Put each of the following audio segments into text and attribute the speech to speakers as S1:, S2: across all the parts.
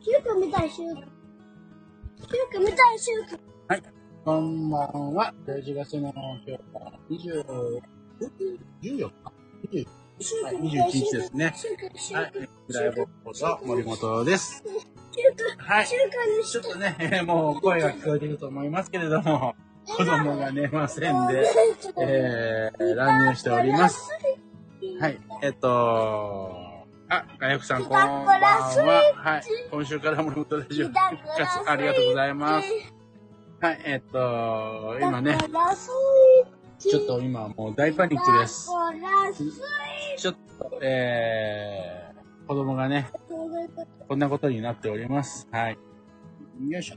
S1: シュートみたい、シュート。シュートみたい、シュート。
S2: はい。こんばんは。11月の今日は20 14日
S1: シュート
S2: はい
S1: みたい、
S2: 21日ですね
S1: シュート、シュ
S2: は
S1: ー
S2: い
S1: ト。。
S2: ライブ放送、森本です。
S1: シュート、
S2: はい
S1: シュートにし。
S2: ちょってとね、 もう声が聞こえてると思いますけれども、 子供が寝ませんで、えー、乱入しております。はい。えっと、あ、ガヤクさん、こんばんは。はい。今週から森本ラジオ復活、ありがとうございます。はい、えっと、今ね、ちょっと今もう大パニックです。ちょっと、えー、子供がね、こんなことになっております。はい。よいしょ。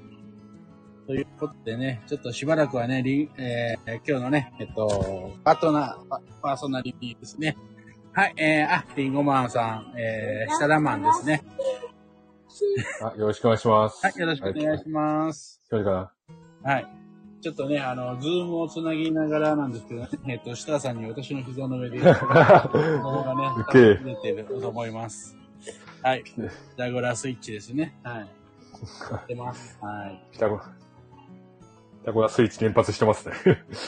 S2: ということでね、ちょっとしばらくはね、りえー、今日のね、えっと、パートナー、パパーソナリティですね。はい、えー、あ、リンゴマンさん、えー、設楽マンですね。
S3: あ、よろしくお願いします。
S2: はい、よろしくお願いし
S3: ま
S2: ます。
S3: す。一人かな
S2: はい。ちょっとね、あの、ズームをつなぎながらなんですけどね、えっと、設楽さんに私の膝の上で、子供がね、
S3: ウケる
S2: 出てると思います。はい。ダゴラスイッチですね。はい。やってます。はい。
S3: ピタゴラ。ピタゴラスイッチ連発してますね。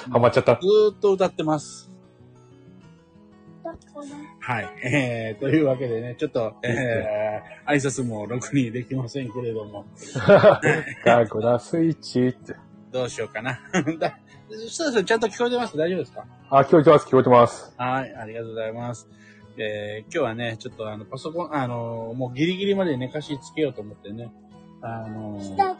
S3: ハマっちゃった。
S2: ずーっと歌ってます。はい。えー、というわけでね、ちょっと、えー、挨拶もろくにできませんけれども、
S3: ダゴラスイッチって。
S2: どうしようかな。 だそうですちゃんと聞こえてます大丈夫ですか
S3: あ、聞こえてます、聞こえてます。
S2: はい、ありがとうございます。えー、今日はね、ちょっとあの、パソコン、あのー、もうギリギリまで寝かしつけようと思ってね、あのー、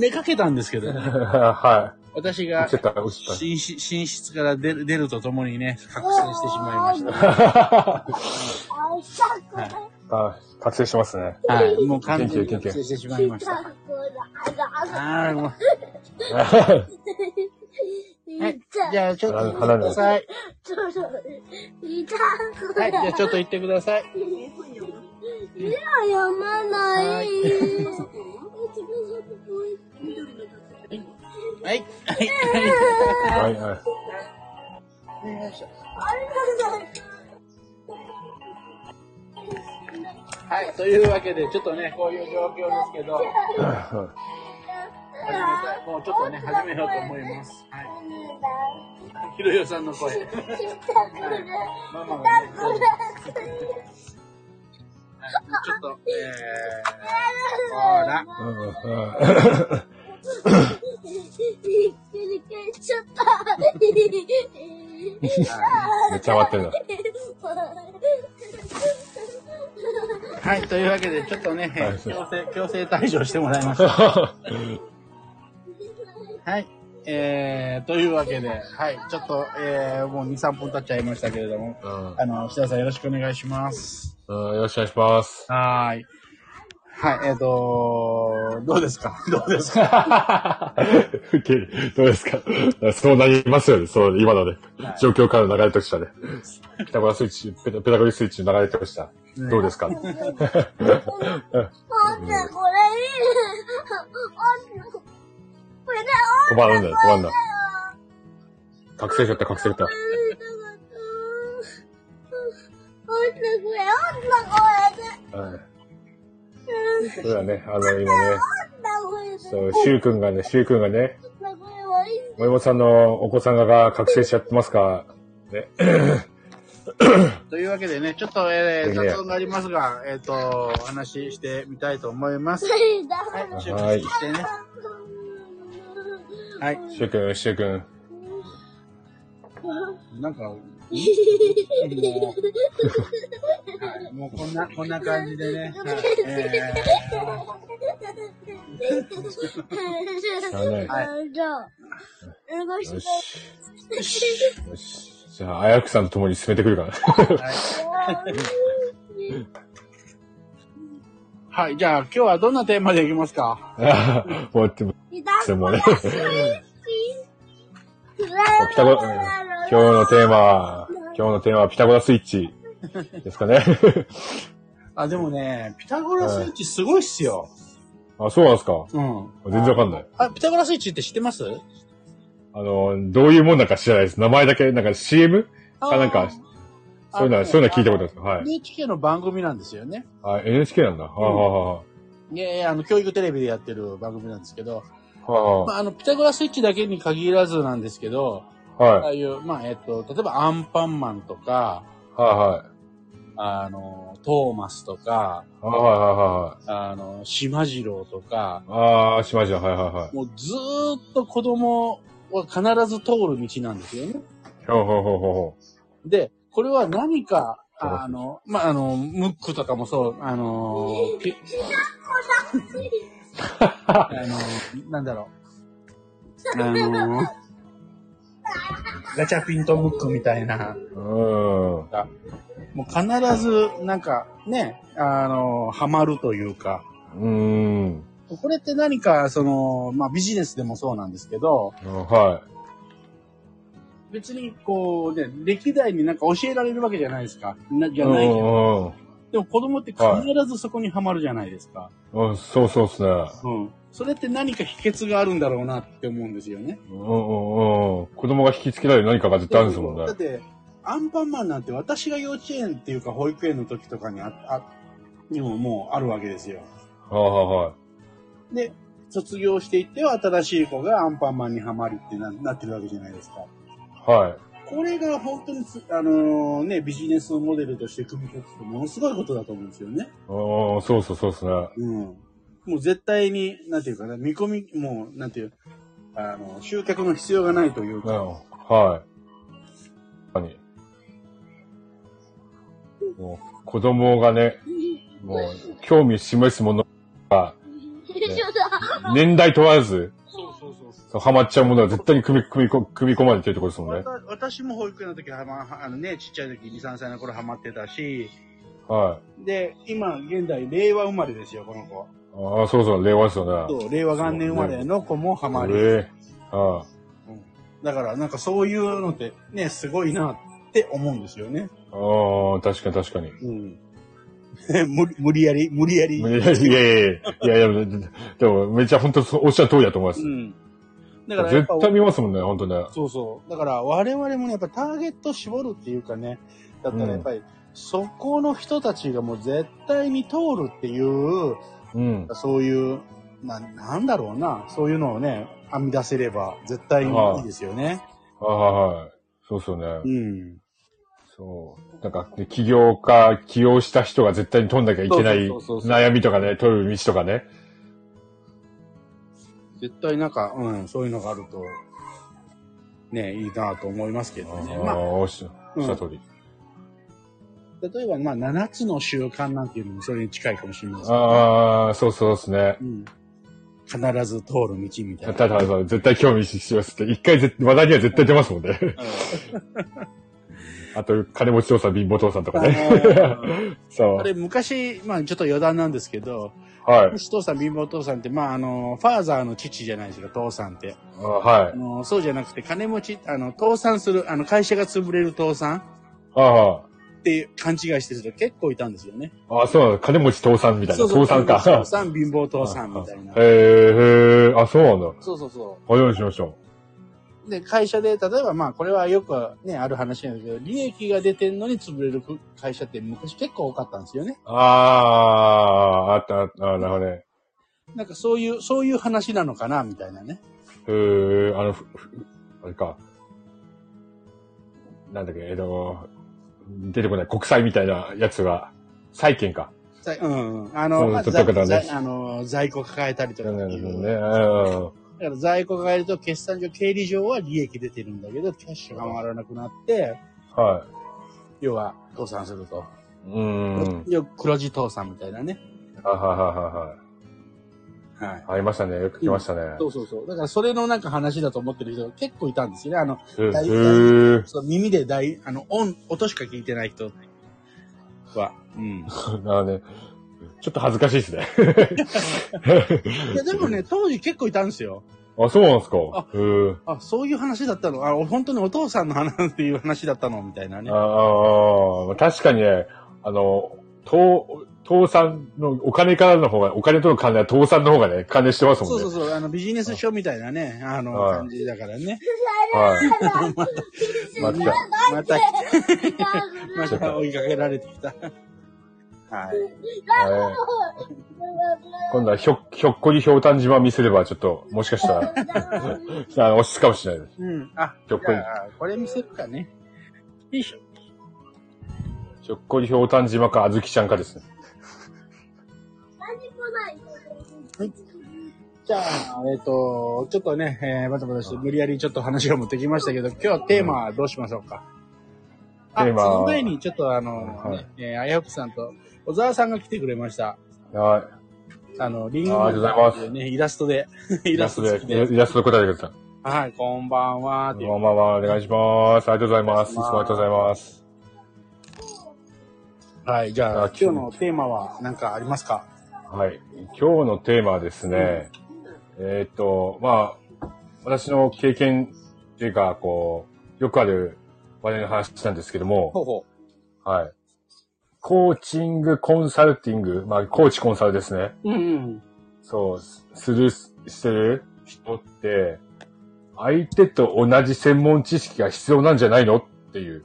S2: 寝かけたんですけど、ね、
S3: は
S2: 私
S3: い。
S2: が
S3: 落ちてた、落ちて
S2: 寝室寝室から出る出るとともにね、覚醒してしまいました。
S3: た。あ、覚醒してますね。
S2: はい、もう完全に
S3: 元気
S2: 覚
S3: 元気
S2: 醒してしまいました。ああ、もう。はい。じゃあ、ちょっと言ってください。 はい。じゃあ、ちょっと言ってください。
S1: 読まない。
S2: はい。はい。
S3: はい、はい。
S2: はい。というわけで、ちょっとね、こういう状況ですけど、始めたいもうちょっとね、始めようと思います。はい。ひろよさんの声。ママがね、ちょっと、えー、ほら。
S3: うんうんめっちゃ待って るな。
S2: はい。というわけで、ちょっとね、
S3: はい
S2: 強制、強制退場してもらいました。はい。えー、というわけで、はい。ちょっと、えー、もう2、3分経っちゃいましたけれども、
S3: うん
S2: あの、下田さんよろしくお願いします。
S3: うん、よろしくお願いします。
S2: はーい。はい、えっ、とどうですか どうですか
S3: 受ける。 どうですかそうなりますよね。そう、今のね、状況からの流れとしたね。ピタゴラスイッチ、ペタペタゴリスイッチの流れとした。どうですか止まらない、止まらない。覚醒しちゃった、覚醒しちゃった。はい。そうだね、あの、今ね、そう、シュウくんがね、シュウくんがね、森本さんのお子さんが覚醒しちゃってますかね。
S2: というわけでね、ちょっと、えー、
S3: いやいや
S2: 雑音になりますが、えっ、とお話ししてみたいと思います。はい、集中してね。はい。
S3: シュウくん、シュウくん。
S2: なんか、もう、はい、もうこんな、こんな感じで ね、はい、え
S3: よし。よし。じゃあ、あやくさんと共に進めてくるから。
S2: ーはい。はい、じゃあ今日はどんなテーマでいきますか
S3: もう、でも
S1: でもね。
S3: ピタゴラ、うん今日のテーマは、今日のテーマはピタゴラスイッチですかね。
S2: あ、でもね、ピタゴラスイッチすごいっすよ。
S3: あ、そうなんですか
S2: うん。
S3: 全然わかんない。
S2: あ、ピタゴラスイッチって知ってます
S3: あの、どういうもんだか知らないです。名前だけ、なんか CM?
S2: ー
S3: あ、なんか、そういうのは、そういうのは聞いたことあるんですかはい。
S2: NHK の番組なんですよね。
S3: あ、NHK なんだ。はあ、は
S2: ねあの、教育テレビでやってる番組なんですけど、
S3: あ、は
S2: まあ、あの、ピタゴラスイッチだけに限らずなんですけど、
S3: あ、は
S2: ああいう、まあ、えっと、例えばアンパンマンとか、
S3: あ、はい、
S2: あの、トーマスとか、
S3: はい、はい、は
S2: あの、島次郎とか、
S3: い、はい。ああ、しまじゃ、はい、はい、はい。
S2: もうずーっと子供は必ず通る道なんですよね。
S3: ほうほうほうほ
S2: で、これは何か、あの、まあ、あの、ムックとかもそう、あの、ピ あの、なんだろう。あの、ガチャピンとムックみたいな。
S3: うほう。う
S2: もう必ず、なんか、ね、あの、ハマるというか、
S3: ーん。う
S2: これって何か、その、まあ、ビジネスでもそうなんですけど、
S3: ーん。は
S2: 別にこうね、歴代になんか教えられるわけじゃないですか。なじ
S3: い。
S2: ゃ
S3: う
S2: ないけど
S3: ん
S2: でも子供って必ずそこにはまるじゃないですか。
S3: うん。うん、そうそうっすね。
S2: うん。それって何か秘訣があるんだろうなって思うんですよね。
S3: うんうんうん。子供が引きつけられる何かが絶対あるんですもんね
S2: だっ。て、アンパンマンなんて私が幼稚園っていうか保育園の時とかにあ、あ、にももうあるわけですよ。
S3: はあ、はあ、はい。
S2: で、卒業していっては新しい子がアンパンマンにはまりってななってるわけじゃないですか。
S3: はい。
S2: これが本当につ、あのーね、ビジネスモデルとして組み立つとものすごいことだと思うんですよね。
S3: うん、そうそうそうっすね。
S2: うん。もう絶対に、なんていうかな、見込み、もう、なんていう、あの、集客の必要がないという
S3: うん、
S2: か、
S3: はい。何もう子供がね、もう、興味示すもの が、年代問わず、
S2: そうそうそうそう。
S3: そうハマっちゃうものは絶対に組み、組みこ、組み込まれてるってことですもん
S2: わ
S3: ね
S2: た。私も保育園の時は、まあ、あのね、ちっちゃい時、2、3歳の頃ハマってたし、
S3: は
S2: で、今、現代、令和生まれですよ、この子。
S3: い。ああ、そうそう、令和ですよね。
S2: そう、令和元年生まれの子もハマり。
S3: ええは
S2: だから、なんかそういうのって、ね、すごいなって思うんですよね。
S3: い。ああ、確かに確かに。
S2: うん。 無理無理やり、無理やり。
S3: いやいやいやいや、いやいや、でもめっちゃ本当そうおっしゃる通りだと思います
S2: う。ん。だからやっ
S3: 絶
S2: ぱ、
S3: 対見ますもんね、本当ね。
S2: そうそう。だから我々もね、やっぱターゲット絞るっていうかね、だった
S3: うん
S2: らやっぱり、そこの人たちがもう絶対に通るっていう、
S3: うん。
S2: そういう、な、なんだろうな、そういうのをね、編み出せれば絶対にいいですよね。
S3: ああ、はい。そうですよね。
S2: うん。
S3: そう。なんか、で起業家、起業した人が絶対に取んなきゃいけない
S2: そうそうそうそう
S3: 悩みとかね、取る道とかね。
S2: 絶対なんか、うん、そういうのがあると、ね、いいなと思いますけどね。
S3: あ
S2: ま
S3: あ、
S2: あ、
S3: おっしゃ
S2: うん
S3: おっしゃる通り。
S2: 例えば、まあ、7つの習慣なんていうのもそれに近いかもしれないですけど、
S3: ああ、そうそうですね。
S2: うん。必ず通る道みたい
S3: た
S2: な。
S3: だ、ただ絶対興味しますって。一回ぜ、話題には絶対出ますもんね。あと、金持ちお父さん、貧乏お父さんとかね。
S2: あ
S3: そう。
S2: あれ昔、まあちょっと余談なんですけど、
S3: はい。
S2: 父さん、貧乏父さんって、まああの、ファーザーの父じゃないですか、父さんって。
S3: あは
S2: あ
S3: い。
S2: のそうじゃなくて、金持ち、あの、倒産する、あの、会社が潰れる倒産
S3: あ
S2: って勘違いしてる人結構いたんですよね。
S3: あ、あそうなんだ。金持ち倒産みたいな。倒産か。
S2: 倒産、貧乏倒産みたいな
S3: へ。え、へえ、あ、そうなんだ。
S2: そうそうそ
S3: 用意しましょ
S2: う。で、会社で、例えばまあ、これはよくね、ある話なんですけど、利益が出てんのに潰れる会社って昔結構多かったんですよね。
S3: う。ああー、あった、あった、あーなるほどね。
S2: なんかそういう、そういう話なのかな、みたいなね。
S3: えー、あの、ふふあれか。なんだっけ、えっと、出てこない国債みたいなやつが、債券か。
S2: 在うんうん。あ
S3: そう
S2: の、まあ
S3: ちょっとだ
S2: 在
S3: ね
S2: 在あの在庫抱えたりとか
S3: な
S2: っ
S3: ん
S2: て
S3: だろ
S2: いうう。
S3: ね。うん
S2: だから在庫抱えると決算上、経理上は利益出てるんだけど、キャッシュが回らなくなって、
S3: は
S2: 要は倒産すると。
S3: い。うーん。
S2: 要は黒字倒産みたいなね。
S3: あはははは
S2: はい。
S3: ありましたね。よく来ましたね。
S2: そうそうそう。だからそれのなんか話だと思ってる人結構いたんですよね。あの、
S3: へ
S2: 大
S3: ー。
S2: その耳で大、あの、音、音しか聞いてない人は。うん。
S3: あね。ちょっと恥ずかしいですね。
S2: いや、でもね、当時結構いたんですよ。
S3: あ、そうなんですか。
S2: あ
S3: うー。
S2: あ、そういう話だったのあ、本当にお父さんの話っていう話だったのみたいなね
S3: あ。あああ、確かにね、あの、倒、倒倒産の、お金からの方が、お金との関連は倒産の方がね、関連してますもん
S2: そう
S3: ね。
S2: そうそう、あの、ビジネス書みたいなね、あの、
S3: はい
S2: 感じだからね。
S3: はい。
S2: ま
S3: ま
S2: た
S3: た、
S2: また、また追いかけられてきた。はい。
S3: はい今度はひょ、ひょっこりひょうたん島見せれば、ちょっと、もしかし たら、あの、落ち着くかもしれないです。
S2: うん。あ、
S3: ひょっこり
S2: じゃあこれ見せるかね。よいしょ。
S3: ひょっこりひょうたん島か、あずきちゃんかですね。
S2: じゃあ、えっ、と、ちょっとね、えー、バタバタして、無理やりちょっと話を持ってきましたけど、今日はテーマはどうしましょうか。あ、
S3: テーマは
S2: その前に、ちょっとあの、
S3: はい
S2: ね、えー、あやふくさんと、小沢さんが来てくれました。
S3: は
S2: あの、リン
S3: あ
S2: ゴ
S3: ありがとうございます
S2: というね、イラストで、
S3: い。
S2: イ
S3: イ
S2: ラ
S3: ラ
S2: ス
S3: ス
S2: ト
S3: ト
S2: 付きで
S3: で、イラストで答えてください。
S2: はい、こんばんは、っていう
S3: まあまあまあ、お願いします。ありがとうございます。いつもありがとうございます。
S2: はい、じゃあ、
S3: あ
S2: 今日のテーマは何かありますか
S3: はい。今日のテーマはですね、えーっと、まあ、私の経験っていうか、こう、よくある話題の話なんですけども、
S2: うほ
S3: はい。コーチング、コンサルティング、まあ、コーチコンサルですね。
S2: う。うんうん。
S3: そう、すする、してる人って、相手と同じ専門知識が必要なんじゃないのっていう。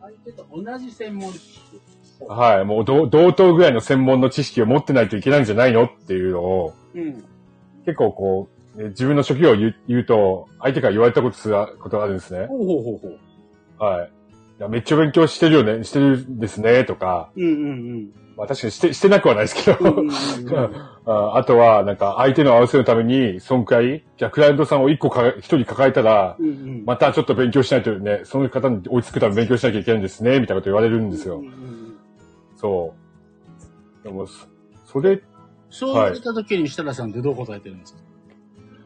S2: 相手と同じ専門知識。
S3: はい。もう同、同等ぐらいの専門の知識を持ってないといけないんじゃないのっていうのを、
S2: うん。
S3: 結構こう、ね自分の職業を言う言うと、相手から言われたことすることがあるんですね。
S2: ほうほうほうほう。
S3: はい。いやめっちゃ勉強してるよね、してるんですね、とか。
S2: うんうん
S3: まあ確かにして、してなくはないですけど。
S2: うん。うんうんうん
S3: ああとは、なんか、相手の合わせるために、そんくらい、じゃあ、クライアントさんを一個か、一人抱えたら、
S2: うんうん。
S3: またちょっと勉強しないとね、その方に追いつくために勉強しなきゃいけないんですね、みたいなこと言われるんです
S2: う
S3: よ
S2: ん。うんうん
S3: そう。でも、そそれ、
S2: そう言われた時に設楽さんってどう答えてるんですか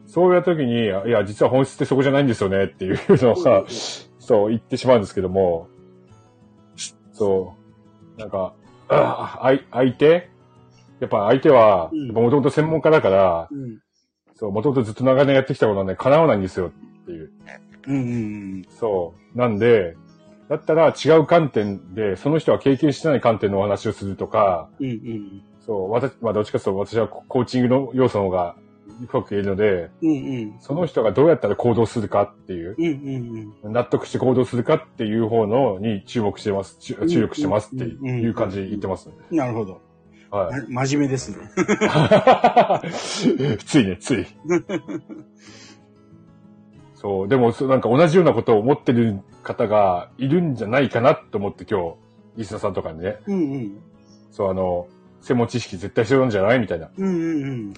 S3: そうやった時に、いや、実は本質ってそこじゃないんですよね、っていうのをさ、そう、言ってしまうんですけども、そう、なんか、ああい相手やっぱ相手は、
S2: うん
S3: もともと専門家だから、
S2: うん
S3: そう、もともとずっと長年やってきたことはね、叶わないんですよ、っていう。
S2: うんうん
S3: そう。なんで、だったら違う観点で、その人は経験してない観点のお話をするとか、
S2: うん。うん
S3: そう、私、まあどっちかというと私はココーチングの要素の方が深く言えるので、
S2: うん。うんうん。
S3: その人がどうやったら行動するかっていう、
S2: うんうん
S3: 納得して行動するかっていう方のに注目してます、注注力してますって
S2: うんうんうん
S3: いう感じで言ってますね。
S2: うん。なるほど。
S3: は
S2: ま真面目ですね。
S3: い。 ついね、つい。そう、でもそうなんか同じようなことを思ってる方がいるんじゃないかなと思って今日、リスナーさんとかにね、
S2: うんうん。
S3: そう、あの、専門知識絶対必要なんじゃないみたいな。
S2: うんうんうん。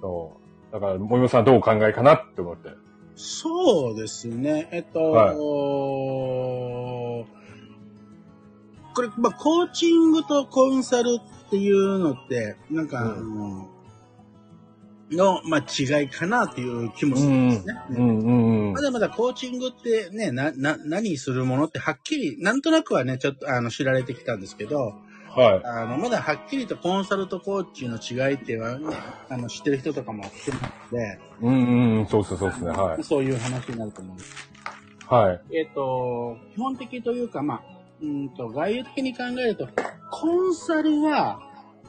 S3: そう。だから、森本さんどうお考えかなって思って。
S2: そうですね。えっと、
S3: はい
S2: これ、まあ、コーチングとコンサルっていうのって、なんか、
S3: うん
S2: あのの、まあ、違いかなっていう気もするんですね。
S3: うんうんうん
S2: ま。だまだコーチングってね、な、な、何するものってはっきり、なんとなくはね、ちょっとあの知られてきたんですけど、
S3: はい。
S2: あの、まだはっきりとコンサルとコーチの違いっていうのはね、あの、知ってる人とかも来てますので、
S3: うんうんうん。そうそうそうですね。はい。
S2: そういう話になると思うんです。
S3: はい。
S2: えっ、と、基本的というか、まあ、うーんと、概要的に考えると、コンサルは、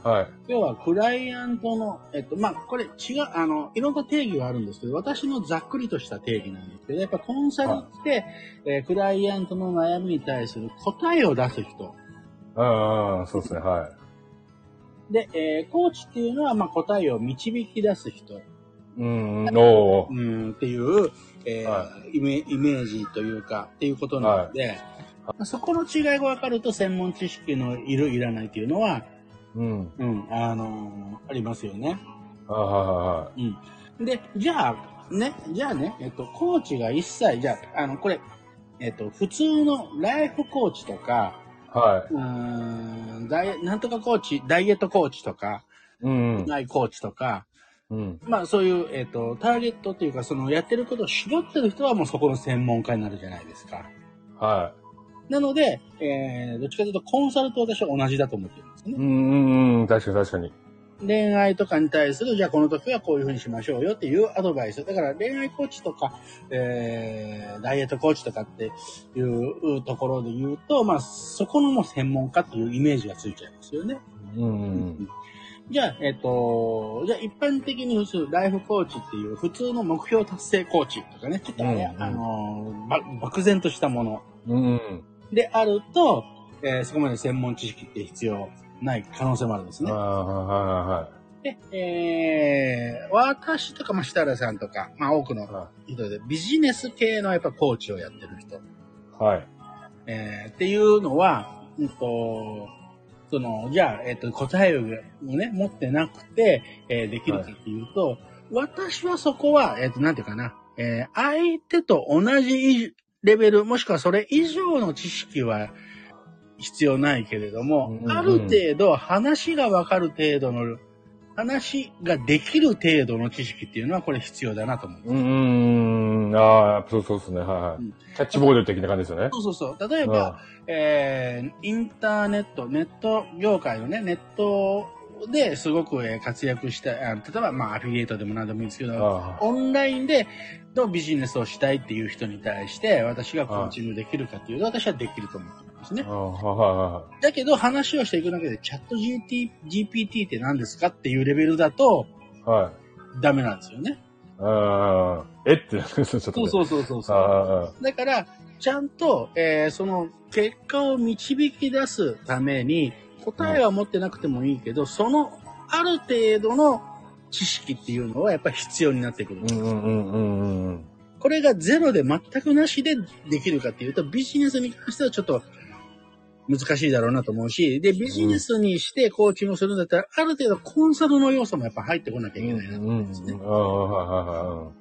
S3: はい。
S2: 要はクライアントの、えっと、まあ、これ違う、あの、いろんな定義はあるんですけど、私のざっくりとした定義なんですけど、やっぱコンサルって、えークライアントの悩みに対する答えを出す人。
S3: うんうんうん。そうですね。は
S2: で、えーコーチっていうのは、まあ、答えを導き出す人。
S3: い。うんうん。お
S2: うーんっていう、えー
S3: は
S2: イメイメージというか、っていうことなので、まあそこの違いが分かると専門知識のいる、いらないっていうのは、
S3: ー。うん。
S2: うん、あのーありますよね。
S3: ああ、はい
S2: うん。で、じゃあ、ね、じゃあね、えっと、コーチが一切、じゃあ、あの、これ、えっと、普通のライフコーチとか、
S3: はい。はい。
S2: うーん、ダイエなんとかコーチ、ダイエットコーチとか、
S3: うんうん。
S2: ないコーチとか、
S3: うん。
S2: まあそういう、えっ、と、ターゲットというか、そのやってることを絞ってる人はもうそこの専門家になるじゃないですか。
S3: は
S2: なので、えー、どっちかというとコンサルと私は同じだと思ってるんですよね
S3: い。う。んうんうん。確かに確かに。
S2: 恋愛とかに対する、じゃあこの時はこういうふうにしましょうよっていうアドバイス。だから恋愛コーチとか、えー、ダイエットコーチとかっていうところで言うと、まあそこのもう専門家っていうイメージがついちゃいますよね。
S3: ううんうん。
S2: じゃあ、えっ、と、じゃあ一般的に普通、ライフコーチっていう普通の目標達成コーチとかね、ちょっとね、
S3: うんうん
S2: あの、ば漠然としたもの
S3: うんうん
S2: であると、えーそこまで専門知識って必要ない可能性もあるんです
S3: うん。あ
S2: ね。
S3: あ、はいはい
S2: で、えー私とか、まあ、設楽さんとか、まあ、多くの
S3: は
S2: 人で、ビジネス系のやっぱコーチをやってる人、
S3: い。はい。
S2: えーっていうのは、うんと、その、じゃあ、えっ、と、答えをね、持ってなくて、えーできるかっていうと、私はそこは、えっ、と、なんていうかな、えー相手と同じレベル、もしくはそれ以上の知識は必要ないけれども、
S3: うんうん
S2: ある程度話がわかる程度の、話ができる程度の知識っていうのはこれ必要だなと思う。
S3: うんうんうん。ああ、そうそうですね。はいは
S2: うん
S3: い。キャッチボール的な感じですよね。
S2: そうそうそう。例え
S3: うん
S2: ば、えーインターネット、ネット業界のね、ネットですごくえー活躍したい、あの例えば、まあ、アフィリエイトでも何でもいいんですけど、
S3: あ
S2: オンラインでのビジネスをしたいっていう人に対して、私がコーチングできるかっていうと、私はできると思うんですね
S3: あ。ああ、は
S2: だけど、話をしていく中で、チャット GT GPT って何ですかっていうレベルだと、
S3: いはいはい。はい。
S2: ダメなんですよね。
S3: ああ、えってなるんですよちょっと
S2: そう
S3: ね。
S2: そうそうそうそう。
S3: あ
S2: だから、ちゃんと、えーその結果を導き出すために、答えは持ってなくてもいいけど、そのある程度の知識っていうのはやっぱり必要になってくる。
S3: あ、うんうんうんうんうんうん。
S2: これがゼロで全くなしでできるかっていうと、ビジネスに関してはちょっと難しいだろうなと思うし、で、ビジネスにしてコーチングをするんだったら、ある程度コンサルの要素もやっぱ入ってこなきゃいけないなと思うんですね。
S3: ああ、はいはいはい。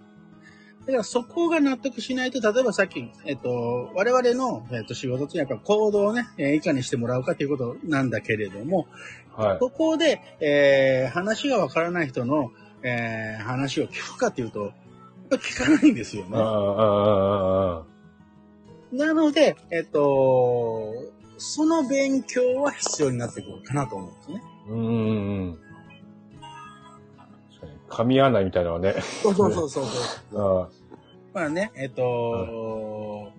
S2: だからそこが納得しないと、例えばさっき、えっと、我々の、えっと、仕事っていうのはやっぱ行動をね、えーいかにしてもらうかということなんだけれども、
S3: はい。
S2: ここで、えー話がわからない人の、えー話を聞くかというと、やっぱ聞かないんですよ
S3: ああ、
S2: ね。
S3: ああ、ああ、
S2: なので、えっと、その勉強は必要になってくるかなと思うんですね。
S3: うんうんうん。確かに噛み合わないみたいなのはね。
S2: そうそうそうそうそう。
S3: あ
S2: まあね、えっと、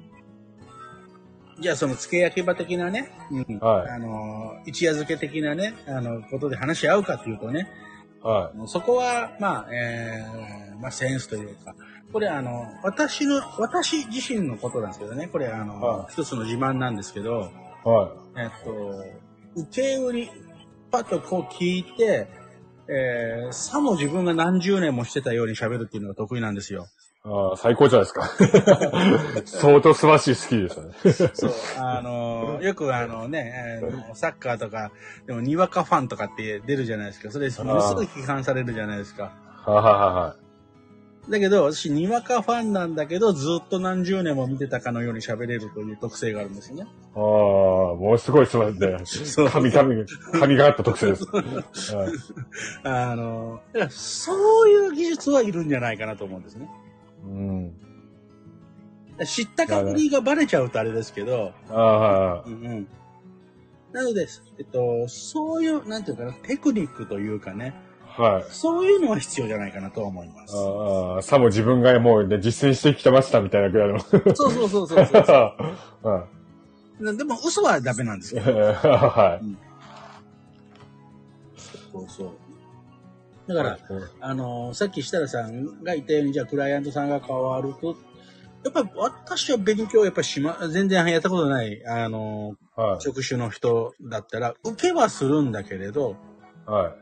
S2: じゃあその付け焼き場的なね、うん
S3: はい
S2: あの、一夜漬け的なね、あの、ことで話し合うかというとね、
S3: あ、は
S2: そこは、まあ、えーまあセンスというか、これあの、私の、私自身のことなんですけどね、これあの、
S3: は
S2: 一つの自慢なんですけど、
S3: い。はい。
S2: えっと、受け売り、パッとこう聞いて、えーさも自分が何十年もしてたように喋るっていうのが得意なんですよ。
S3: ああ、最高じゃないですか。 相当素晴らしいスキルでしたね。
S2: そう、あの、よくあのね、えーサッカーとか、でもにわかファンとかって出るじゃないですか。それ、ものすごい批判されるじゃないですか。
S3: はいは
S2: だけど、私、にわかファンなんだけど、ずっと何十年も見てたかのように喋れるという特性があるんですよね。
S3: いはい。ああ、もうすごい素晴らしいね。
S2: そう
S3: 神、神、神があった特性です。はい
S2: あの、だからそういう技術はいるんじゃないかなと思うんですね。
S3: うん。
S2: 知ったかぶりがバレちゃうとあれですけど、
S3: ああ、は
S2: うんうん。なので、えっと、そういう、なんていうかな、テクニックというかね、
S3: いはい。はい。
S2: そういうのは必要じゃないかなと思います。
S3: ああ、さも自分がもうね、実践してきてましたみたいなぐらいの。
S2: そうそうそうそうそう。
S3: は
S2: なでも嘘はダメなんです
S3: い。
S2: よ。
S3: は
S2: そうそう。だから、あのーさっき設楽さんが言ったように、じゃあクライアントさんが変わると、やっぱり私は勉強やっぱしま、全然やったことない、あの
S3: い。は
S2: ー職種の人だったら、受けはするんだけれど、
S3: い。はい。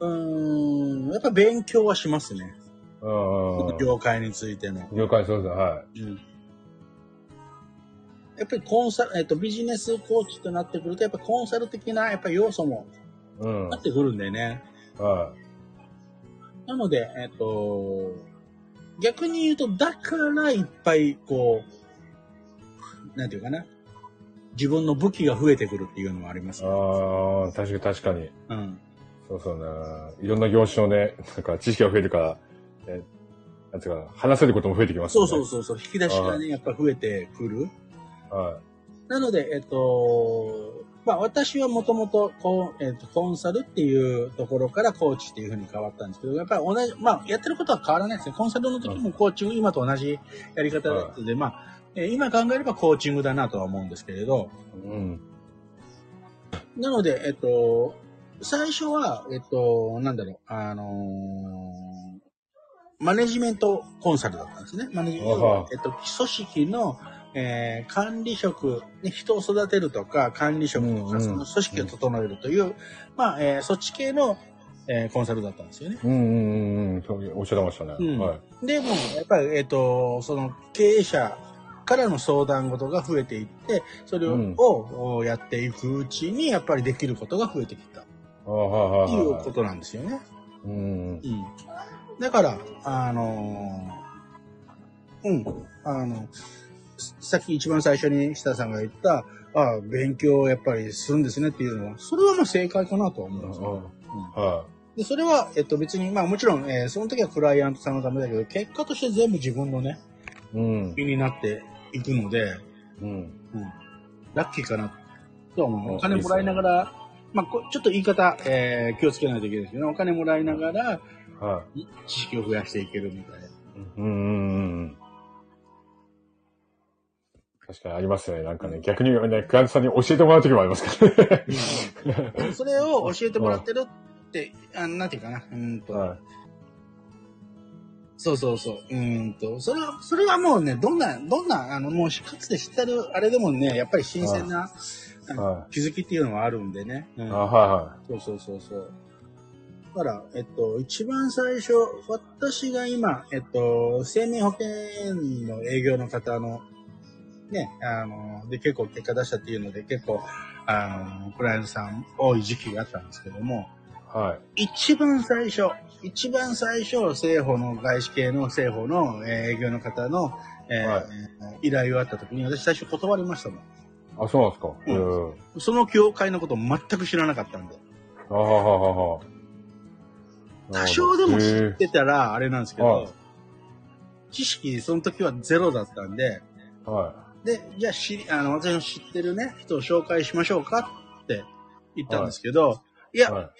S2: うーん、やっぱ勉強はしますね。
S3: うん。
S2: 業界についての。
S3: 了解しました。はい。
S2: うんやっぱりコンサル、えっと、ビジネスコーチとなってくると、やっぱコンサル的な、やっぱ要素も
S3: うん。
S2: なってくるんでね。
S3: は
S2: なので、えっと、逆に言うと、だからいっぱい、こう、なんていうかな、自分の武器が増えてくるっていうのもありま
S3: い。
S2: す、
S3: ああ、確かに確かに。
S2: うん。
S3: そうそうね。いろんな業種のね、 なんか知識が増えるから、ね、なんていうか、話せることも増えてきます
S2: そう
S3: よね。
S2: そうそうそう、引き出しがね、やっぱ増えてくる。
S3: う。はい。
S2: なので、えっと、まあ私はもともと、こう、えっと、コンサルっていうところからコーチっていうふうに変わったんですけど、やっぱり同じ、まあやってることは変わらないですね。コンサルの時もコーチング、今と同じやり方だったので、まあ、えー今考えればコーチングだなとは思うんですけれど、
S3: うん。
S2: なので、えっと、最初は、えっと、なんだろう、あのーマネジメントコンサルだったんですね。マネジメン
S3: あは
S2: ト、えっと、組織の、えー管理職、ね人を育てるとか、管理職と
S3: うんう
S2: か、
S3: ん
S2: その組織を整えるという、まあ、えーそっち系の、えーコンサルだったんですよね。
S3: うんうんうんうん。そうおっしゃってましたね。
S2: うん
S3: はい。
S2: でもやっぱり、えっとその経営者からの相談事が増えていってそれを,
S3: うん
S2: を、やっていくうちにやっぱりできることが増えてきたっ
S3: ああ、はい
S2: て
S3: はい
S2: いう
S3: はい
S2: ことなんですよね。
S3: うんうん。
S2: うん、だからあのーうんあのささっき一番最初に下さんが言ったああ勉強をやっぱりするんですねっていうのはそれはまあ正解かなとは思うんですよ。
S3: は
S2: でそれは、えっと、別にまあもちろん、えーその時はクライアントさんのためだけど結果として全部自分のね
S3: い。うん。
S2: になっていくので、
S3: うん。
S2: ラッキーかなとは思う。
S3: あ
S2: お金もらいながら、まあ、こちょっと言い方、えー気をつけないといけないですけど、お金もらいながら、
S3: はい
S2: 知識を増やしていけるみたいな。
S3: い。うんうんうんうん。確かにありますね。なんかね、逆にね、クライアントさんに教えてもらうときもありますからね。
S2: でもそれを教えてもらってるって、あなんていうかな。うんと、
S3: はい。
S2: そうそうそう。うんと、それは、それはもうね、どんな、どんな、あの、もう、かつて知ってる、あれでもね、やっぱり新鮮な、あの
S3: は
S2: 気づきっていうのはあるんでね。うん
S3: い。あは
S2: そうそうそうそう。だから、えっと、一番最初、私が今、えっと、生命保険の営業の方の、ね、あの、で、結構結果出したっていうので、結構、あの、クライアントさん多い時期があったんですけども、
S3: いはい。はい。
S2: 一番最初、一番最初、政府の外資系の政府のえー営業の方の、えー
S3: はい
S2: 依頼をあった時に、私最初断りましたもん。
S3: あ、そうなんですか。
S2: う
S3: うん。
S2: その業界のこと全く知らなかったんで。
S3: あはははは。
S2: 多少でも
S3: へ
S2: 知っ
S3: ー
S2: てたらあれなんですけ
S3: はい
S2: ど、知識その時はゼロだったんで、
S3: はい。
S2: で、じゃあ知り、あの、私の知ってるね、人を紹介しましょうかって言ったんですけど、い、や、
S3: は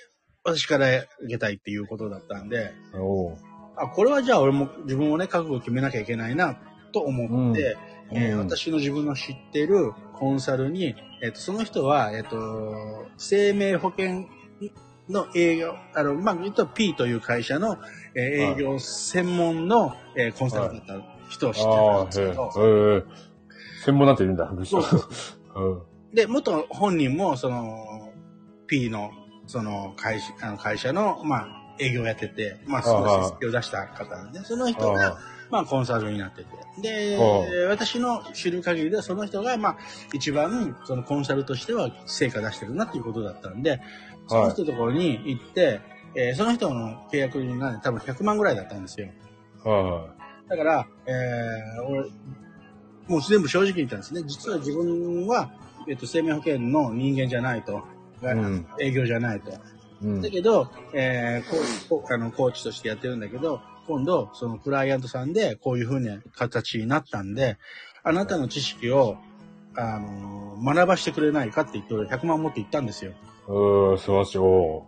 S2: 私から受けたいっていうことだったんで、
S3: い。おー
S2: あ、これはじゃあ俺も自分をね、覚悟を決めなきゃいけないなと思って、えー
S3: うん
S2: 私の自分の知ってるコンサルに、えっ、と、その人は、えっ、と、生命保険の営業、あの、まあ、言うと P という会社の、えー営業専門の、えーコンサルだった人を知ってたん
S3: あ
S2: ですけ
S3: ー、へえ。
S2: ど、
S3: へえ。専門なんているんだ、
S2: そうそう
S3: うん。
S2: で、元本人も、その、P の、その会社、あの会社の、まあ、営業をやってて、まあ、すごい成績を出した方なんで、その人が、
S3: あ
S2: まあ、コンサルになってて。で
S3: う、
S2: 私の知る限りでは、その人が、まあ、一番、そのコンサルとしては成果出してるなっていうことだったんで、その人のところに行って、えーその人の契約が多分100万ぐらいだったんですよ。
S3: あ。はい。
S2: だから、えー俺、もう全部正直に言ったんですね。実は自分は、えっと、生命保険の人間じゃないと。
S3: ん
S2: 営業じゃないと。
S3: うん
S2: だけど、えーコーコーあのコーチとしてやってるんだけど、今度、そのクライアントさんでこういう風な形になったんで、あなたの知識を、あのー学ばしてくれないかって言って、俺100万持って行ったんですよ。
S3: うー、素晴らしい。お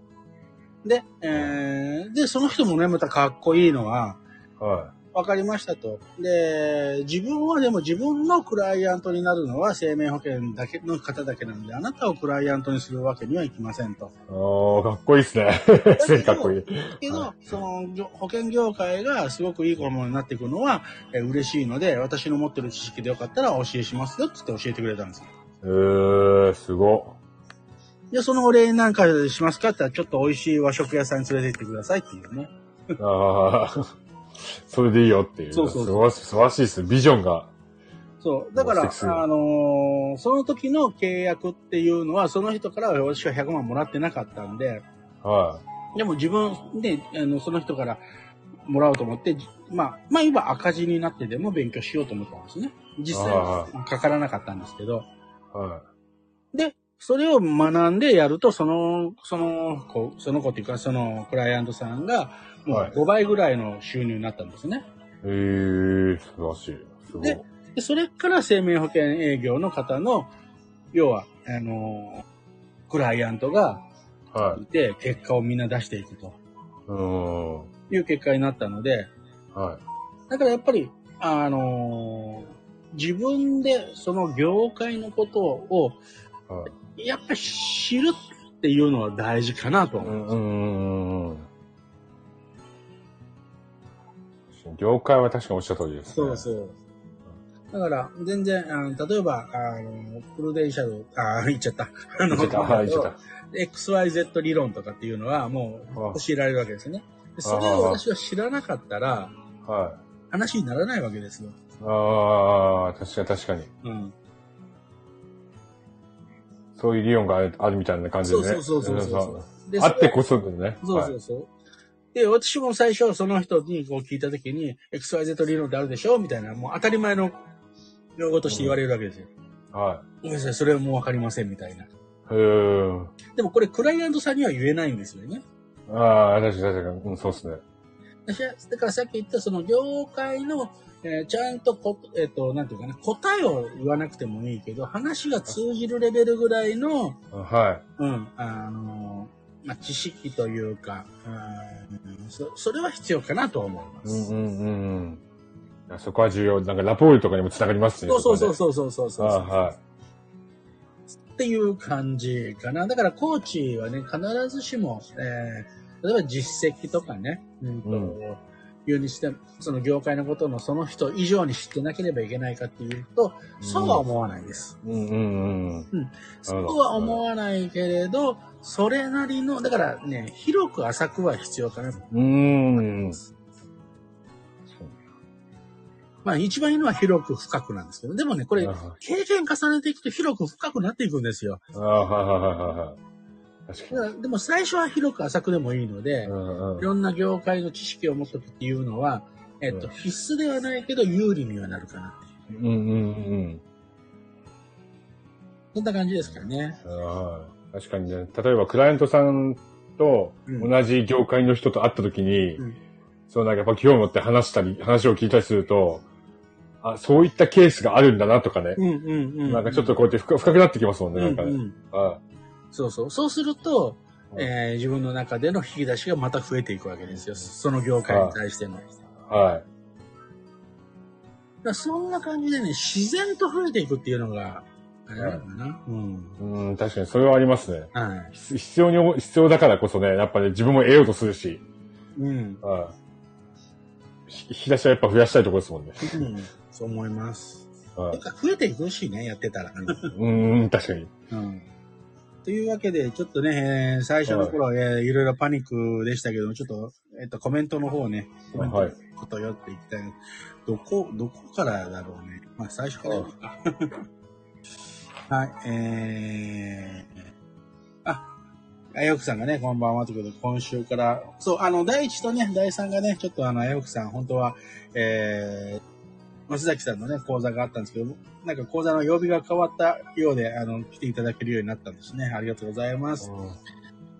S2: で、えーで、その人もね、またかっこいいのは、
S3: ーは
S2: わかりましたと。で、自分はでも自分のクライアントになるのは生命保険だけの方だけなんで、あなたをクライアントにするわけにはいきませんと。
S3: い。おー、かっこいいっすね。 すげえかっこいい。
S2: けど、
S3: は
S2: その業保険業界がすごくいいものになっていくのは、えー嬉しいので、私の持ってる知識でよかったらお教えしますよって言って教えてくれたんですよ。
S3: えー、すご
S2: じゃあそのお礼なんかしますかって言ったら、ちょっと美味しい和食屋さんに連れて行ってくださいっていうね。
S3: っ。あー、 それでいいよっていう。
S2: そうそう
S3: 素
S2: そ
S3: 晴らしい、素晴らしいっす。ビジョンが。
S2: そう。だから、
S3: もうセクシー
S2: あのーその時の契約っていうのは、その人からは私は100万もらってなかったんで、
S3: は
S2: でも自分で、あの、その人からもらおうと思って、じまあ、まあ今赤字になってでも勉強しようと思ったんですね。実際はかからなかったんですけど、
S3: い。は
S2: で、それを学んでやると、その、その子、その子っていうか、そのクライアントさんが、もう
S3: はい
S2: 5倍ぐらいの収入になったんですね。
S3: い。えー、素晴らしい。すごい
S2: で。でそれから生命保険営業の方の、要は、あの、クライアントが
S3: はい
S2: い。て、結果をみんな出していくと
S3: うーん。
S2: いう結果になったので、
S3: はい。
S2: だからやっぱり、あのー自分でその業界のことを、
S3: は
S2: やっぱり知るっていうのは大事かなと
S3: う
S2: 思う。
S3: んうんうん。業界は確かおっしゃった通りです、ね。
S2: そうそう。だから、全然、あの例えば、あの、クルデンシャル、あー、言っちゃった。あ
S3: 言っちゃった。はい、言っちゃった。
S2: XYZ 理論とかっていうのはも
S3: あ
S2: う教えられるわけですね。でそれを私は知らなかったら
S3: はい。
S2: 話にならないわけですよ。
S3: ああ、確かに確かに。
S2: うん。
S3: そういう理論があるあるみたいな感じで
S2: そう
S3: ね。
S2: そうそうそうそう
S3: 皆さん
S2: で
S3: あって
S2: それ
S3: こそだよね。
S2: そうそうそう。で、私も最初その人にこう聞いたときに、XYZ 理論ってあるでしょみたいな、もう当たり前の用語として言われるわけですよ。
S3: は
S2: ごめんなさい、それはもうわかりません、みたいな。
S3: い。はい。う
S2: でもこれ、クライアントさんには言えないんですよね。
S3: ーん。ああ、確かに確かに。うん、そうですね。
S2: 私はだからさっき言ったその業界の、えーちゃんとこ、えっ、と、なんていうかな、答えを言わなくてもいいけど、話が通じるレベルぐらいの、
S3: は
S2: うん、あのーまあ、知識というか、うんそ、それは必要かなとは思いま
S3: い。
S2: す。
S3: うんうんうんうんいや。そこは重要。なんかラポールとかにもつながりますね。
S2: そうそうそう
S3: そ
S2: そうそうそう
S3: こ
S2: そう
S3: はねあはい。
S2: っていう感じかな。だからコーチはね、必ずしも、えー、例えば実績とかね、うんと、
S3: うん
S2: いうにしても、その業界のことのその人以上に知ってなければいけないかっていうと、
S3: うん
S2: そうは思わないです。
S3: うんうんうん。
S2: そうは思わないけれど、それなりの、だからね、広く浅くは必要かなと。
S3: うーん。
S2: まあ一番いいのは広く深くなんですけど、でもね、これ
S3: あ、ー
S2: 経験重ねていくと広く深くなっていくんですよ。
S3: あー、はいはいはいはいはい。確
S2: だ
S3: か
S2: からでも最初は広く浅くでもいいので
S3: に。う、んうん
S2: い。ろんな業界の知識を持っとくっていうのは、えっと、
S3: うん
S2: 必須ではないけど、有利にはなるかな。
S3: うんうんうん。
S2: そんな感じですかね。
S3: はい確かにね、例えばクライアントさんと
S2: うん
S3: 同じ業界の人と会った時に、
S2: うん
S3: そうなんかやっぱ興味持って話したり、話を聞いたりすると、あ、そういったケースがあるんだなとかね。
S2: うんうん
S3: なんかちょっとこうやって深深くなってきますもん
S2: う
S3: ね、
S2: ん、
S3: なんか
S2: うんう
S3: ね。
S2: ん
S3: は
S2: そうそう。そうすると、
S3: うん
S2: えー自分の中での引き出しがまた増えていくわけですよ。その業界に対しての。だか
S3: い。は
S2: らそんな感じでね、自然と増えていくっていうのが、あれなのかな。うん。
S3: い。うん、確かにそれはありますね。
S2: はい。
S3: 必必要に思、必要だからこそね、やっぱね、自分も得ようとするし、
S2: うん。
S3: はい。ひ引き出しはやっぱ増やしたいところですもんね。
S2: うん、そう思います。
S3: はい
S2: なんか増えていくしね、やってた ら。
S3: うん、確かに。
S2: うんというわけで、ちょっとね、えー最初の頃、えーいろいろパニックでしたけど、ちょっと、えっ、と、コメントの方をね、コメント
S3: はい
S2: ちょっと寄っていきたい。どこ、 どこからだろうね。まあ、最初からいいか。はい、えー、あ、あやふくさんがね、こんばんはということで、今週から、そう、あの、第一とね、第三がね、ちょっとあの、あやふくさん、本当は、えー、松崎さんのね、講座があったんですけど、なんか講座の曜日が変わったようで、あの、来ていただけるようになったんですね。ありがとうございます。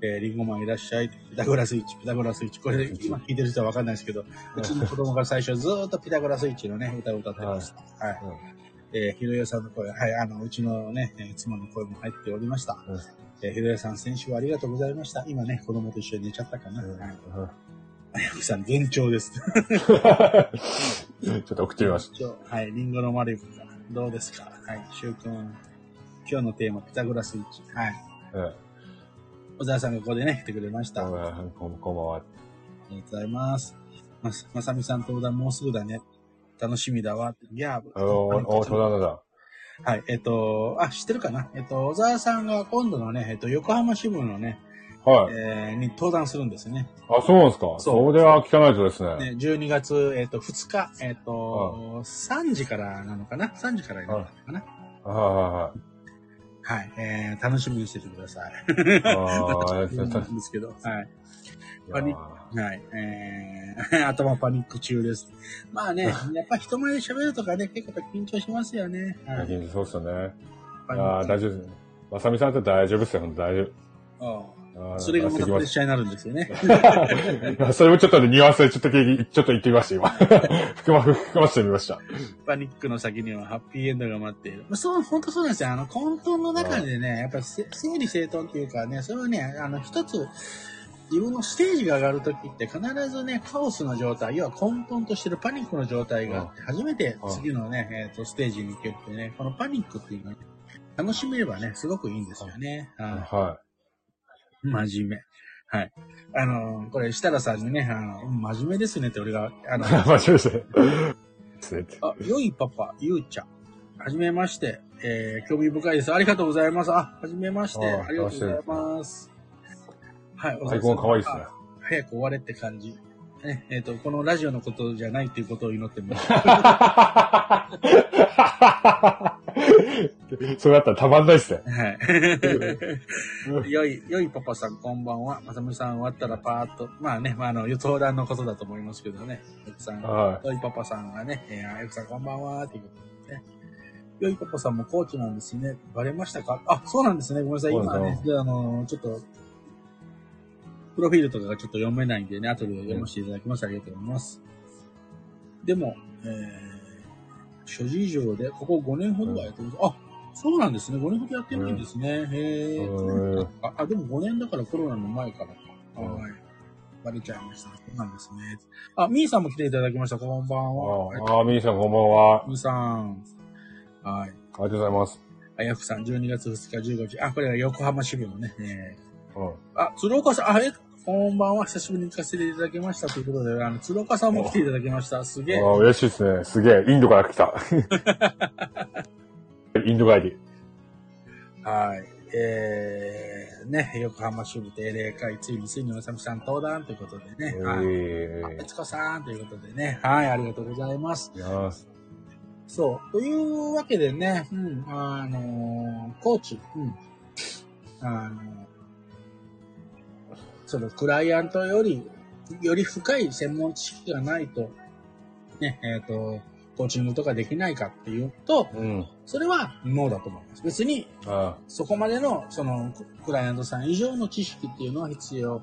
S2: えー、リンゴマンいらっしゃい。ピタゴラスイッチ、ピタゴラスイッチ。これ、今聞いてる人はわかんないですけど、うちの子供が最初ずーっとピタゴラスイッチのね、歌を歌ってました。はい。
S3: うん
S2: えーひろやさんの声、はい、あの、うちのね、えー妻の声も入っておりました。
S3: うん
S2: えーひろやさん、先週はありがとうございました。今ね、子供と一緒に寝ちゃったかな。
S3: うん
S2: はい。
S3: うん
S2: あやふさん、幻聴です。
S3: ちょっと送ってみまし
S2: はい、リンゴのマリコさん、どうですかはい、しゅうくん。今日のテーマ、ピタゴラスイッチ。 はい。
S3: た。うん
S2: 小沢さんがここでね、来てくれました。あ
S3: うんこんこんばんは。
S2: りがとうございます。まさまさみさん、登壇もうすぐだね。楽しみだわ。いやー
S3: あの、お、お、そうなんだ。
S2: はい、えっと、あ、知ってるかなえっと、小沢さんが今度のね、えっと、横浜支部のね、
S3: はい。
S2: えーに登壇するんですね。
S3: あ、そうなんですか。
S2: そう
S3: それは聞かないとですね。
S2: ね12月、えっと、2日、えっと、3時からなのかな ?3 時からになったのかな
S3: は
S2: はい、えー、楽しみにしててください。
S3: いは いはい。ああ、
S2: な
S3: たた
S2: んですけど、はい。
S3: いやー
S2: はい。えー、 頭パニック中です。まあ ね、やっぱ人前で喋るとかね、結構やっぱ緊張しますよね。はい。
S3: 最近そうっすよね。
S2: パニ
S3: ああ、
S2: ック
S3: 大丈夫です。まさみさんだって大丈夫っすよ、ほんと大丈
S2: うん
S3: 夫。
S2: それがま
S3: ま
S2: た
S3: た
S2: プレッ
S3: きま
S2: シャーになるんですよね。
S3: す。それもちょっとね、ニュアンスでちょっとだけ、ちょっと言ってみました、今。 含ま、含ませてみました。
S2: パニックの先にはハッピーエンドが待っている。まあ、そう、本当そうなんですよ。あの、混沌の中でね、やっぱりせ整理整頓というかね、それはね、あの、一つ、自分のステージが上がるときって必ずね、カオスの状態、要は混沌としてるパニックの状態があって、初めて
S3: うん
S2: 次のね、えっ、と、ステージに行けるってね、このパニックっていうのはね、楽しめればね、すごくいいんですよね。はい
S3: は
S2: 真面目。はい。あのー、これ、設楽さんにね、あの真面目ですねって俺が、 あの、
S3: 間違えました。ね。
S2: あ、良いパパ、ゆうちゃん。はじめまして。えー、興味深いです。ありがとうございます。あ、はじめまして。
S3: あー
S2: ありがとうございます。はい、お
S3: アイコン可愛いですね。
S2: 早く終われって感じ。ね、えっ、と、このラジオのことじゃないっていうことを祈って ます。
S3: それだったらたまんないっすね。
S2: はい。よい、よいパパさん、こんばんは。まさみさん終わったらパーッと。まあね、まあ、あの、相談のことだと思いますけどね。よくさん、よ
S3: はい
S2: パパさんがね、えー、あよくさんこんばんは、ということでね。よいパパさんもコーチなんですね。バレましたかあ、そうなんですね。ごめんなさい。
S3: そう
S2: 今
S3: なんで
S2: ね
S3: す、
S2: であの、ちょっと、プロフィールとかがちょっと読めないんでね、後で読ませていただきます。ありがとうございます。でも、えー、諸事情で、ここ5年ほどはやってます。あ、そうなんですね。5年ほどやってないんですね。へえ。
S3: うん
S2: あ、あでも5年だからコロナの前からか。
S3: うん
S2: はい。バレちゃいました。そうなんですね。あ、ミーさんも来ていただきました。こんばんは。はい
S3: ああ、みーさんこんばんは。あ
S2: ミーさん。はい。
S3: りがとうございます。
S2: あやふさん、12月2日15日。あ、これが横浜支部のね。え
S3: うん。
S2: ーあ、鶴岡さん、あれこんばんは。久しぶりに聞かせていただきました。ということで、あの、鶴岡さんも来ていただきました。すげえ。
S3: ああ、嬉しいですね。すげえ。インドから来た。 インド帰り。
S2: はい。えー、ね、横浜支部定例会、ついについにおさみさん登壇ということでね。はい。
S3: え
S2: あ、つこさんということでね。はい、ありがとうございます。
S3: え。いやー
S2: そう。というわけでね、うん、あのーコーチ、うん、あのーそのクライアントより、より深い専門知識がないと、ね、えっ、と、コーチングとかできないかっていうと、
S3: うん。
S2: それはノーだと思います。別に、
S3: あ
S2: そこまでの、その、ククライアントさん以上の知識っていうのは必要。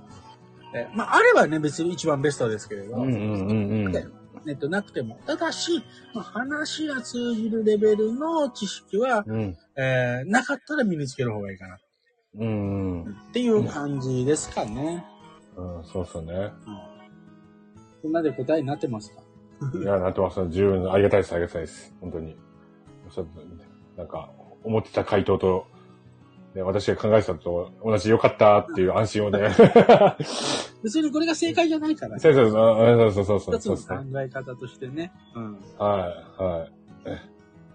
S2: えまあ、あればね、別に一番ベストですけれど、
S3: あ。うんうんうんうん。
S2: でネットなくても。ただし、まあ話が通じるレベルの知識は、
S3: うん。
S2: えーなかったら身につける方がいいかな。
S3: うんうん。
S2: っていう感じですかね。
S3: うん、そうっすよね。
S2: こんなで答えになってますか
S3: いや、なってます。十分、ありがたいです、ありがたいです。本当に。おっしゃったなんか、思ってた回答と、ね、私が考えてたのと同じ良かったっていう安心をね。
S2: 別にこれが正解じゃないからね。
S3: 先生、あそうそうそうそ
S2: 一
S3: う。
S2: つ
S3: そ
S2: の
S3: うですね。
S2: 考え方としてね。うん。
S3: はい、はい。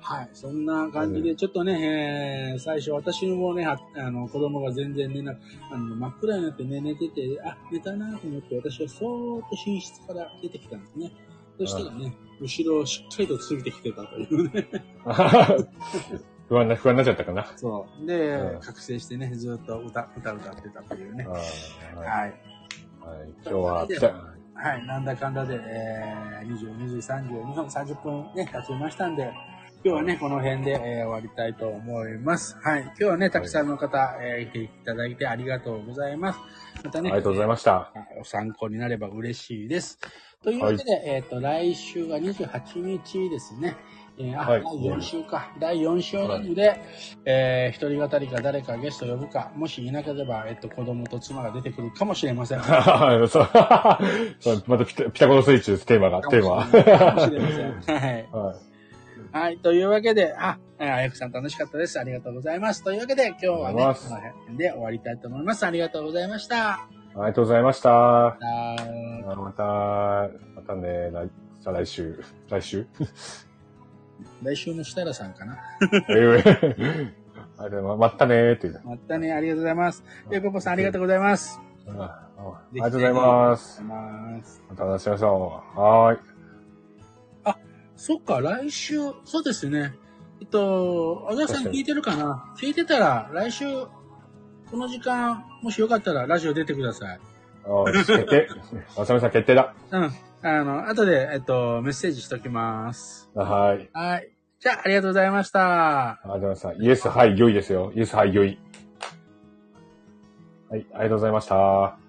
S2: はい。そんな感じで、ちょっとね、えー最初私もね、ああの、子供が全然寝な、あの、真っ暗になってね、寝てて、あ、寝たなと思って、私はそーっと寝室から出てきたんですね。そしたらね、後ろをしっかりとついてきてたというね。
S3: 不安な、不安になっちゃったかな。
S2: そう。で、
S3: うん
S2: 覚醒してね、ずっと歌、歌歌ってたというね。
S3: は
S2: はい。
S3: い。はい今日は、来た。
S2: はい、なんだかんだで、えー、22時32分、30分ね、経ちましたんで、今日はね、この辺で、えー終わりたいと思います。はい、今日はね、たくさんの方、えー来ていただいてありがとうございます。また
S3: あ
S2: ね、
S3: りがとうございました。
S2: お参考になれば嬉しいです。というわけで、えっ、と、来週が28日ですね。えーあ、
S3: はい
S2: 第4週か。第4週なので、えー一人語りか誰かゲスト呼ぶか、もしいなければ、えっ、と、子供と妻が出てくるかもしれません。
S3: そうそうまたピタピタゴラスイッチです、テーマが、テーマは。
S2: かもしれません。はい。
S3: はい
S2: はい。というわけで、あ、えーあやくさん楽しかったです。ありがとうございます。というわけで、今日はね、
S3: ありが
S2: こと
S3: うござ
S2: の
S3: い
S2: 辺で終わりたいと思います。ありがとうございました。
S3: ありがとうございました。
S2: あー
S3: また、またね、来再来週。 来週
S2: 来週の設楽さんかな。
S3: あ れ、ままたねーって言う
S2: またね、ありがとうございます。え、ポポさん、ありがとうございます。
S3: うんあありがとうございます
S2: あ。りがとうございます。
S3: また話しましょう。はーい。
S2: そっか、来週、そうですね。えっと、あやくさん聞いてるかな聞いてたら、来週、この時間、もしよかったら、ラジオ出てください。
S3: あ決定。あさみさん決定だ。
S2: うん。あの、後で、えっと、メッセージしときます。
S3: あはい。
S2: はい。じゃあ、ありがとうございました。
S3: ありがとうございました。イエス、はい、良いですよ。イエス、はい、良い。はい、ありがとうございました。